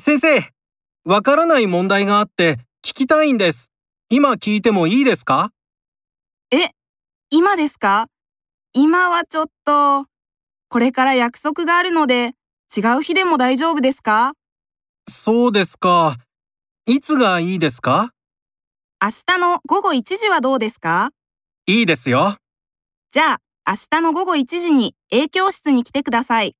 先生、わからない問題があって聞きたいんです。今聞いてもいいですか今ですか今はちょっと、これから約束があるので、違う日でも大丈夫ですかそうですか。いつがいいですか明日の午後1時はどうですかいいですよ。じゃあ、明日の午後1時に A 教室に来てください。